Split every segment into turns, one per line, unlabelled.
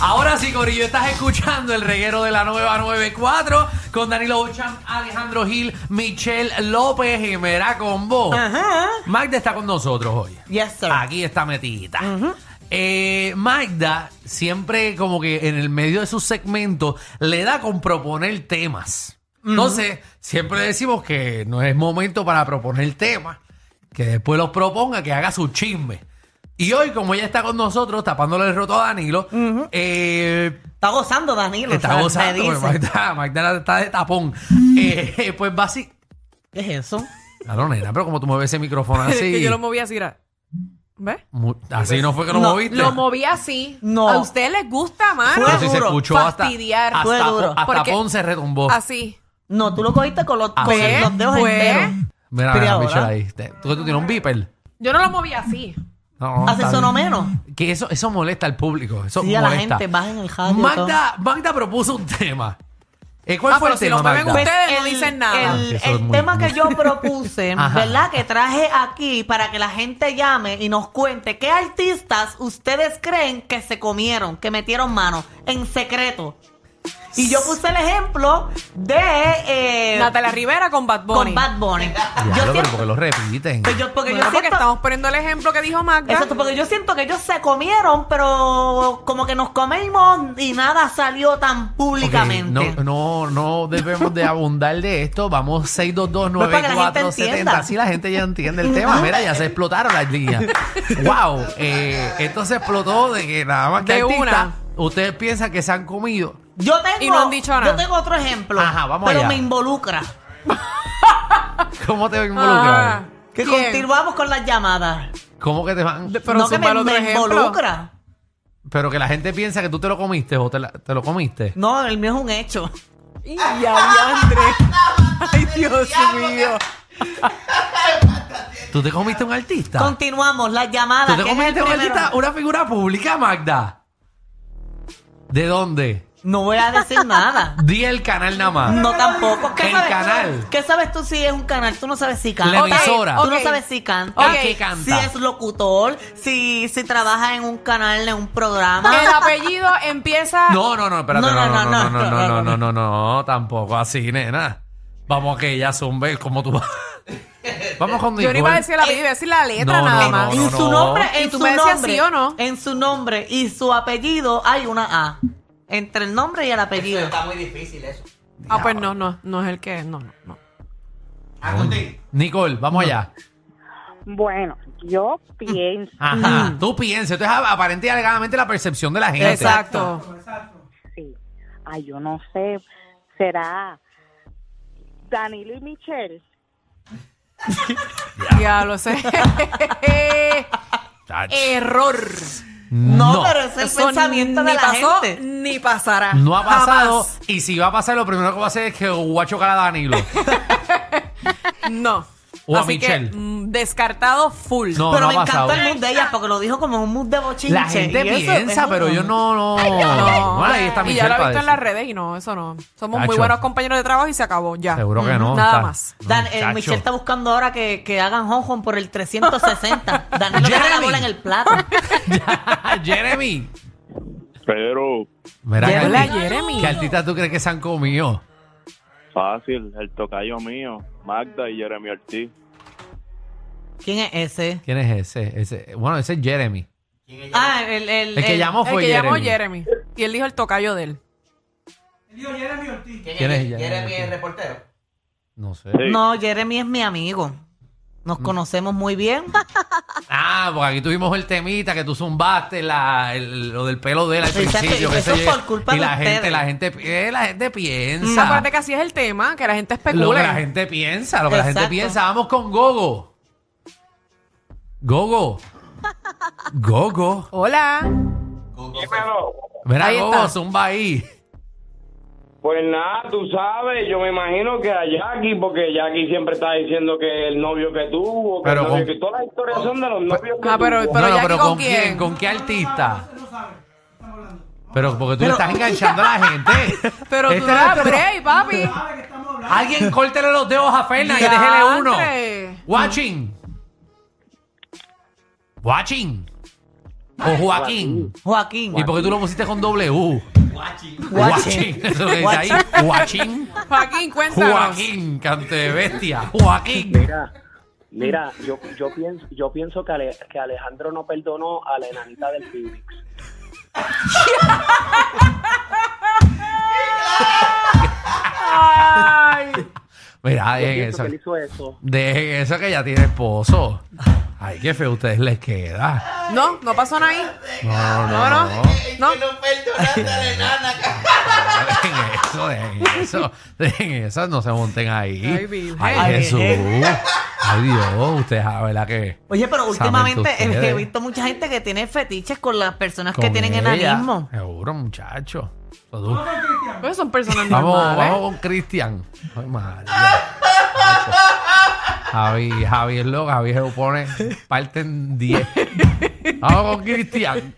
Ahora sí, Corillo, estás escuchando el reguero de la nueva 94 con Danilo Bocham, Alejandro Gil, Michelle López y Mera Combo.
Ajá.
Magda está con nosotros hoy.
Yes, sir.
Aquí está metidita. Eh, Magda siempre como que en el medio de sus segmentos le da con proponer temas. Entonces, siempre decimos que no es momento para proponer temas, que después los proponga, que haga su chisme. Y hoy, como ella está con nosotros, tapándole el roto a Danilo, eh,
Está gozando Danilo.
está
o sea, me
gozando, porque
dice.
Magda, Magda está de tapón. Eh, pues va así.
¿Qué es eso?
Claro, nena, pero como tú mueves ese micrófono
Ah,
Es
así,
que yo lo moví así, era. ¿Ves?
mu- así no fue que lo
No,
moviste.
Lo moví así.
No.
A usted les gusta, mano.
Fue
Pero si se
duro,
escuchó
fastidiar.
hasta,
Fue
hasta,
duro.
hasta
Porque-
Ponce retumbó.
Así.
No, tú lo cogiste con los,
Ah,
con
¿Ve?
los dedos
¿Ve?
enteros.
Mira,
Pero
mira,
ahora-
Michelle ahí. Te- ¿Tú, tú tienes un beeper?
Yo no lo moví así.
No, no,
Hace
está
eso
bien.
no menos.
Que eso, eso molesta al público. Eso
Sí, a la
molesta.
gente, bajen el radio y
Magda, Magda propuso un tema. Eh, ¿Cuál
Ah,
fue el tema,
pero si lo mueven
Magda?
ustedes- no dicen nada.
Pues El,
Ah, eso es
el
muy-
tema que yo propuse,
Ajá.
¿verdad? Que traje aquí para que la gente llame y nos cuente qué artistas ustedes creen que se comieron, que metieron mano en secreto. Y yo puse el ejemplo de eh,
Natalia Rivera con Bad Bunny.
con Bad Bunny.
Diablo,
Pues, Yo
pero
siento,
porque lo repiten.
pues yo- porque
Bueno,
yo
porque
siento,
estamos poniendo el ejemplo que dijo Magda.
Exacto, porque yo siento que ellos se comieron, pero como que nos comimos y nada salió tan
Ok,
públicamente.
no, eh. no, no debemos de abundar de esto. Vamos 6229470.
entienda.
Así la gente ya entiende el tema. Mira, ya se explotaron las líneas. wow. Eh, esto se explotó de que nada más que
De
artistas,
una.
ustedes piensan que se han comido.
Yo tengo,
Y no han dicho nada.
Yo tengo otro ejemplo,
Ajá, vamos
pero
allá.
me involucra.
¿Cómo te van a involucrar?
Ajá.
Que
Ah, ¿Quién?
continuamos con las llamadas.
¿Cómo que te van?
De- Pero
no que
zumba
me,
el otro
me
ejemplo.
involucra.
Pero que la gente piensa que tú te lo comiste o te, la- te lo comiste.
No, el mío es un hecho.
Y adiantre. Ay, Dios mío.
¿Tú te comiste un artista?
Continuamos las llamadas.
¿Tú te
¿Quién es el
comiste un
primero?
artista? Una figura pública, Magda. ¿De dónde?
No voy a decir nada.
Di el canal nada más.
No tampoco. ¿Qué
El
sabes tú?
canal.
¿Qué sabes tú si es un canal? Tú no sabes si canta.
La emisora.
Tú
Ok.
no sabes si canta.
Ok.
El que canta.
Si es locutor, si, si trabaja en un canal, en un programa.
El apellido empieza.
No, no, no, espérate, no,
No,
no,
no,
no, no, no, no,
no,
no,
no,
no,
no,
no, tampoco así, nena. Vamos que ya zumbe, como tú vas? Vamos con
Yo no iba a decir el apellido, iba a decir la letra
No,
nada
no,
más.
no, no.
en su nombre,
¿Y
en
tú
su
me decías
nombre,
sí o no?
en su nombre y su apellido hay una A. Entre el nombre y el apellido.
Está muy difícil eso.
Ah, pues no, no, no es el que. No, no, no.
Ah, contigo.
Nicole, vamos allá.
Bueno, yo pienso,
Ajá.
Mm.
Tú piensas, esto es aparente y alegadamente la percepción de la gente.
Exacto.
sí. Ay, yo no sé, será Danilo y Michelle.
Ya lo sé.
Ach,
Error.
No,
pero ese es el
Eso
pensamiento
ni
de la
pasó,
gente.
Ni pasará.
no ha pasado.
Jamás.
Y si va a pasar, lo primero que va a hacer es que voy a chocar a Danilo.
No.
O a
Así
Michelle.
que, mm, descartado full.
No,
pero
no
me
ha pasado.
encantó el mood de ellas porque lo dijo como un mood de bochinche.
La gente
y eso
piensa,
es
pero
un-
yo no, no.
No.
Bueno, ahí está
y ya
Michelle
lo he visto
para
en las
decir.
redes y no, eso no. Somos muy
Chacho.
buenos compañeros de trabajo y se acabó, ya.
Seguro que
Ujú,
no.
Nada
está-
más.
Dan,
no,
eh,
chacho.
Michelle está buscando ahora que, que hagan honjon por el 360. Danilo tiene la
Jeremy.
bola en el plato.
Jeremy.
Pero
Mira, ¿qué,
Ya habla
arti-
Jeremy.
¿qué artista tú crees que se han comido?
fácil, el tocayo mío, Magda y Jeremy Ortiz.
¿Quién es ese?
¿Quién es ese? ese? Bueno, ese es Jeremy.
Ah, el, el,
El que
el-
llamó
El
fue
que llamó
Jeremy.
Jeremy. Y él dijo el tocayo de él.
¿Quién
¿Quién es
es?
ella?
Jeremy, el reportero.
No sé.
Sí.
No, Jeremy es mi amigo. Nos
Mm.
conocemos muy bien.
Ah, porque aquí tuvimos el temita que tú zumbaste la, el- lo del pelo de él al
Exacto,
principio.
y
que
eso
se-
por culpa
y la
de
gente,
ustedes.
la gente, pi- eh, la gente
Mm,
piensa.
Acuérdate que así es el tema, que la gente
Lo que
especula.
la gente piensa, lo que la gente
Exacto.
piensa. Vamos con Gogo. Gogo. Gogo.
Hola.
Mira,
Ahí
Gogo,
está.
zumba ahí.
Pues nada, tú sabes, yo me imagino que a Jackie, porque Jackie siempre está diciendo que el novio que tuvo, que,
Pero
el novio
con- Pues,
que todas las historias son de los novios que
Ah, pero-
tuvo.
no, no,
Jackie,
pero
¿con
¿con quién?
quién?
¿Con qué artista? Pero porque tú le estás enganchando a la gente.
Pero
Este
tú no
era
das
el tema.
break, papi.
Alguien córtele los dedos a Ferna y déjele uno.
Diantre.
Watching. Watching. O Joaquín.
Joaquín.
¿Y por qué tú lo pusiste con doble U?
Guachín.
Guachín. Eso que dice ahí. Guachín.
Joaquín, cuéntanos.
Joaquín, cante de bestia. Joaquín.
Mira, mira, yo, yo pienso, yo pienso que, Ale- que Alejandro no perdonó a la enanita del Phoenix.
Ay.
Mira,
Yo
dejen
pienso
eso.
que él hizo eso.
Dejen eso que ya tiene esposo. Ay, qué feo a ustedes les queda.
No, no pasó nada ahí.
No, no, no.
No, no.
no.
No.
Dejen eso, dejen eso. Dejen eso, no se monten ahí.
Ay, Virgen.
Ay,
Ay,
Jesús.
Virgen.
Ay, Dios. Ustedes, la verdad que...
Oye, pero
Saben
últimamente
ustedes.
he visto mucha gente que tiene fetiches con las personas que
con
tienen
ella.
enanismo.
Seguro, muchacho. Eso tú-
Pues son personas
Vamos,
normales.
vamos con Cristian. Ay, madre. Javi, Javi es loco, Javi se lo pone parte en 10. Vamos con Cristian.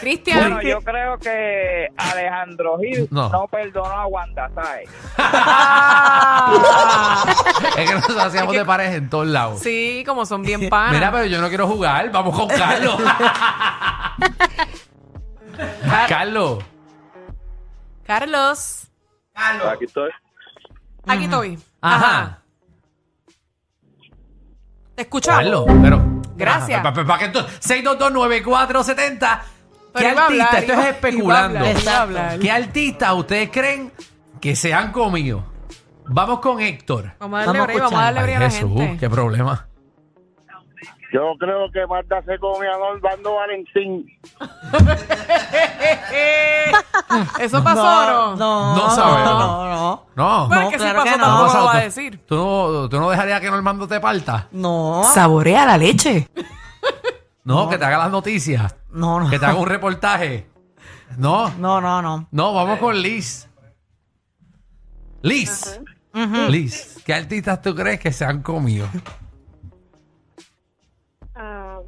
Cristian.
Bueno, yo creo que Alejandro Gil
No. pues,
no, perdonó a Wanda Sáez.
Ah.
Es que nosotros hacíamos de pareja en todos lados.
Sí, como son bien panas.
Mira, pero yo no quiero jugar. Vamos con Carlos. Ah. Carlos.
Carlos.
Aquí estoy.
Aquí estoy.
Ajá.
Te escuchamos.
Carlos, pero.
Gracias.
Ajá, pa- pa- pa- que tú- 6229470. ¿Qué
Pero iba a
artista?
hablar,
Esto
iba-
es
iba a
especulando.
hablar, iba a
Exacto.
hablar.
¿Qué artista ustedes creen que se han comido? Vamos con Héctor.
Vamos a darle
Vamos a
break, vamos a darle
Ay,
break a la
Jesús,
gente.
qué problema.
Yo creo que Marta se comió a Normando Valentín.
¿Eso pasó o no?
No,
No sabemos.
No, no.
No.
Porque
no.
No,
si
claro
pasó,
que no.
tampoco
Vamos
lo
a
va a
otro.
decir.
¿Tú no, tú no dejarías que Normando te parta?
No,
Saborea la leche.
No, que te haga las noticias.
no, no.
Que te haga un reportaje. No.
No, no, no.
No, vamos con Liz. Liz. Liz, ¿qué artistas tú crees que se han comido?
Ah,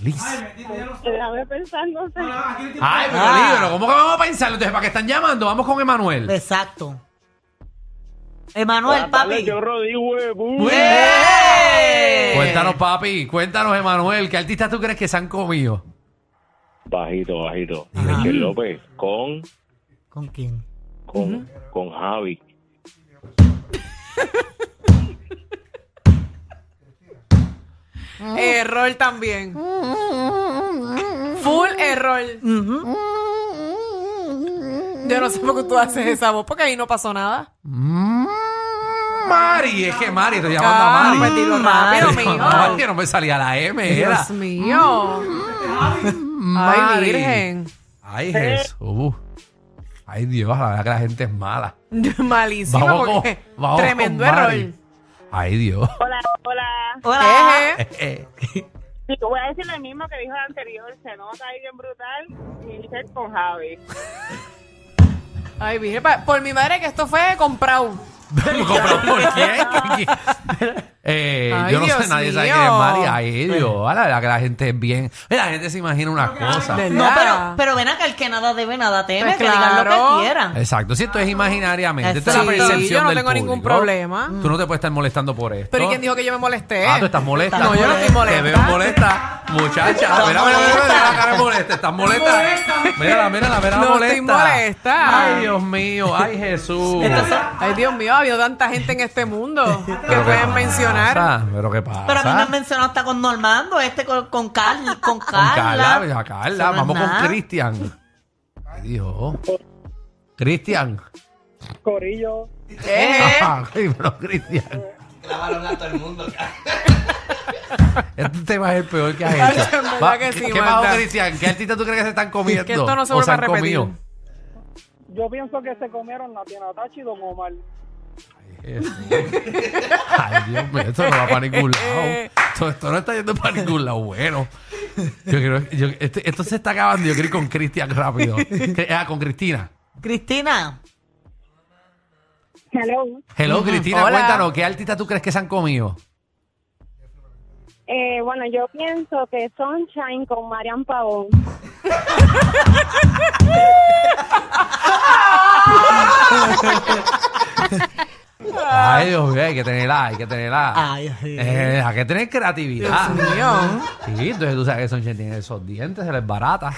Liz.
déjame pensar, no sé.
Ay, pero
Ah.
libro, ¿cómo que vamos a pensarlo? Entonces, ¿para qué están llamando? Vamos con
Eh.
Emanuel.
Exacto. Emanuel, papi. ¡Eh!
Yo eh, rodí, huevón.
Eh.
¡Ey! Cuéntanos, papi. Cuéntanos, Emanuel. ¿Qué artistas tú crees que se han comido?
Bajito, bajito. Michel López con,
¿Con quién?
con, con Javi.
Error Eh, también. Full error. Yo no sé por qué tú haces esa voz, porque ahí no pasó nada.
Mari, es que Mari, estoy llamando
Ah,
a
pues
Mari.
dilo
Mari,
rápido,
Pero, no, es
mijo.
que no me salía la M, era.
Dios mío. Ay,
Mari.
virgen.
Ay, Jesús. Ay, Dios, la verdad que la gente es mala.
Malísimo,
con-
porque
vamos con
eh, tremendo
Mari.
error.
Ay, Dios. Eh,
Hola, hola.
Hola.
Eje.
Sí, voy a decir lo mismo que dijo el anterior. Se nota ahí bien brutal. Michelle con Javi.
Ah. Ay, virgen. pa- Por mi madre que esto fue comprado.
¿Lo compró por quién? Eh,
Ay,
yo no sé,
Dios
nadie sabe
mío.
quién es Mari. Ay, Dios. La verdad que la gente es bien. La gente se imagina una cosa.
¿Verdad?
No, pero, pero ven acá, el que nada debe, nada teme,
Pues
que digan lo
claro.
que quieran.
Exacto, si esto es imaginariamente, esto es la
Exacto.
percepción
Sí, yo no
del
tengo ningún
público.
problema.
Tú no te puedes estar molestando por esto.
Pero ¿y quién dijo que yo me molesté?
Ah, tú estás molesta.
No, yo no estoy
Te
molesta.
veo molesta, muchacha. Mira, mira, mira, mira la cara de molesta. Estás molesta. Mira, mira, mira,
No
molesta.
estoy molesta.
Ay, Dios mío. Ay, Jesús.
Ay, Dios mío, ha habido tanta gente en este mundo que
Pero ¿qué
pueden
pasa?
mencionar.
Pero qué pasa.
Pero a mí me han mencionado hasta con Normando, este con, con Carl,
Con
con Carla.
Carla, mira,
Eso
Carla.
no es
Vamos
nada.
con Cristian. Ay, Dios. Cristian.
Corillo,
Eje.
Ay, pero Cristian.
Clavaron a todo el mundo.
Este tema es el peor que has hecho.
Ay, en verdad
Va,
que sí,
¿Qué pasó,
Wanda?
Cristian? ¿Qué artistas tú crees que se están comiendo?
Que esto no se
¿O
vuelva a
han
repetir.
comido?
yo pienso que se comieron Nati Natachi y Don Omar.
Jesús. Este, Ay, Dios mío, esto no va para ningún lado. Esto, esto no está yendo para ningún lado. Bueno, yo creo, yo- este- esto se está acabando. Yo quiero ir con Cristian rápido. Que- Ah, con Cristina.
Cristina,
Hello.
Hello, Cristina,
Hola.
cuéntanos, ¿qué artista tú crees que se han comido?
Eh, bueno, yo pienso que Sunshine con Marian Pavón.
Ay, Dios mío, hay que tenerla, hay que tenerla.
Ay, sí.
Eh, hay que tener creatividad.
Dios mío.
Sí, entonces tú sabes que Sonchen tiene esos dientes, se les barata.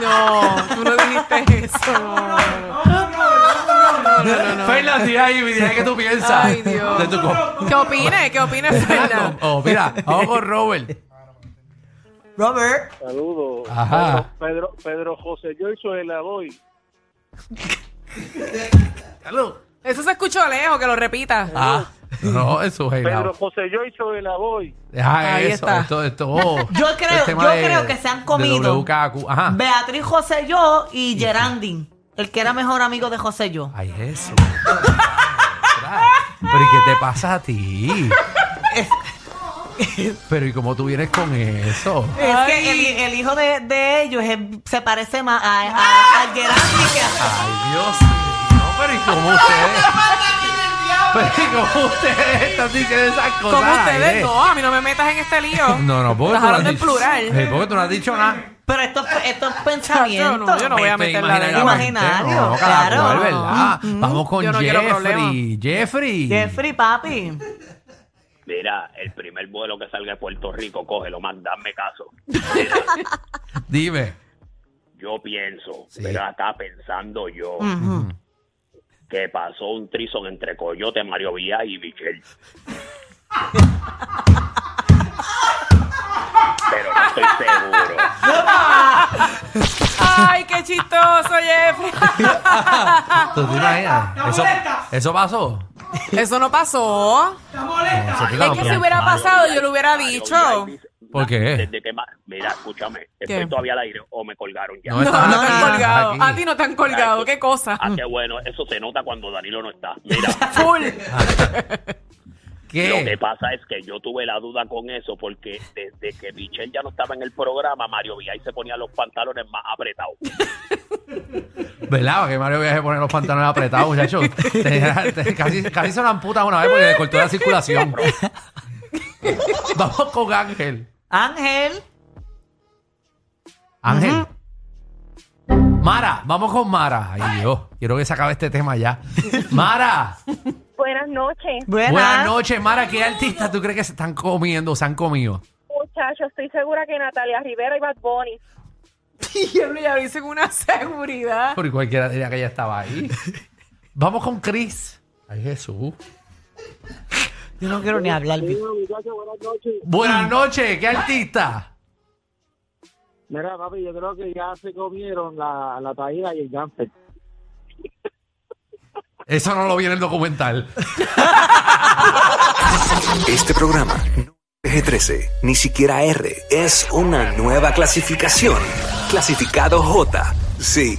No, tú no dijiste eso. No, no, no, no, no.
Fernan, di ahí, di ahí que tú piensas.
Ay, Dios.
De tu co-
¿Qué opine? ¿Qué opine, Fernan?
Oh, mira, vamos con Robert.
Robert.
Saludos.
Ajá.
Pedro, Pedro José Joyce de la doy.
Eso se escuchó lejos, que lo repita.
Ah, no, eso es
Pedro
helado.
José Joyce de la doy.
Deja
Ahí
eso,
está.
esto, esto. oh,
Yo creo-
el tema
yo creo que se han comido.
de WKQ. Ajá.
Beatriz José yo y Gerandin, el que era mejor amigo de José yo.
Ay, eso. Pero ¿y qué te pasa a ti? Pero ¿y cómo tú vienes con eso?
Es que
Ay.
el, el hijo de, de ellos es- se parece más a, a,
Ah.
a Gerandi que a...
Ay, Dios mío, pero ¿y cómo ustedes? Pero ¿y cómo ustedes están diciendo esas
Como
cosas? al
ustedes
aire?
dos, a mí no me metas en este lío.
No, no, porque
Estás
tú no has
hablando en
dicho-
plural.
Sí, porque tú no has dicho nada.
Pero estos, estos
Yo
pensamientos...
no, yo no voy a
Te
meter la
imaginas
de
la mente.
imaginario,
No, cada
claro.
cual, ¿verdad? Vamos con
Yo no quiero
Jeffrey. Jeffrey.
Jeffrey, papi.
Mira, el primer vuelo que salga de Puerto Rico, cógelo, man, dame caso.
Dime.
Yo pienso,
Sí. Mm.
pero acá pensando yo,
Ujú.
que pasó un trison entre Coyote, Mario Vía y Michelle. pero no estoy seguro.
Ay, qué chistoso, Jeff.
¿Tú te imaginas? Eso, eso pasó.
Eso no pasó.
No, se pica
Es
la
que
pregunta.
si hubiera pasado, yo lo hubiera
Mario
dicho.
Vía y Michelle.
¿Por qué?
Desde que ma- Mira, escúchame, estoy
¿Qué?
todavía al aire o me colgaron ya.
No,
No,
estás
no te
aquí,
han
estás
colgado.
aquí.
A ti no te han colgado. Qué cosa.
Ah, qué bueno, eso se nota cuando Danilo no está. Mira,
Full.
lo que
¿Qué?
pasa es que yo tuve la duda con eso porque desde que Michelle ya no estaba en el programa, Mario Villay se ponía los pantalones más apretados.
¿Verdad? Que Mario viaje a poner los pantalones apretados, muchachos. Te- te- casi, casi se las putas una vez porque le cortó la circulación. Vamos con Ángel.
Ángel.
Ángel. Mara, vamos con Mara. Ay, Dios, quiero que se acabe este tema ya. Mara,
Buenas noches.
Buenas.
buenas noches. Mara, ¿qué artistas tú crees que se están comiendo, se han comido?
Muchachos, estoy segura que Natalia Rivera y Bad Bunny.
Diablo, ya lo hice con una seguridad.
Porque cualquiera diría que ella estaba ahí. Vamos con Chris. Ay, Jesús.
Yo no quiero ni hablar. vi.
Buenas noches, ¿qué artista?
Mira, papi, yo creo que ya se comieron la, la taída y el gánster.
Eso no lo vi en el documental.
Este programa no es G13, ni siquiera R, es una nueva clasificación. Clasificado J. Sí,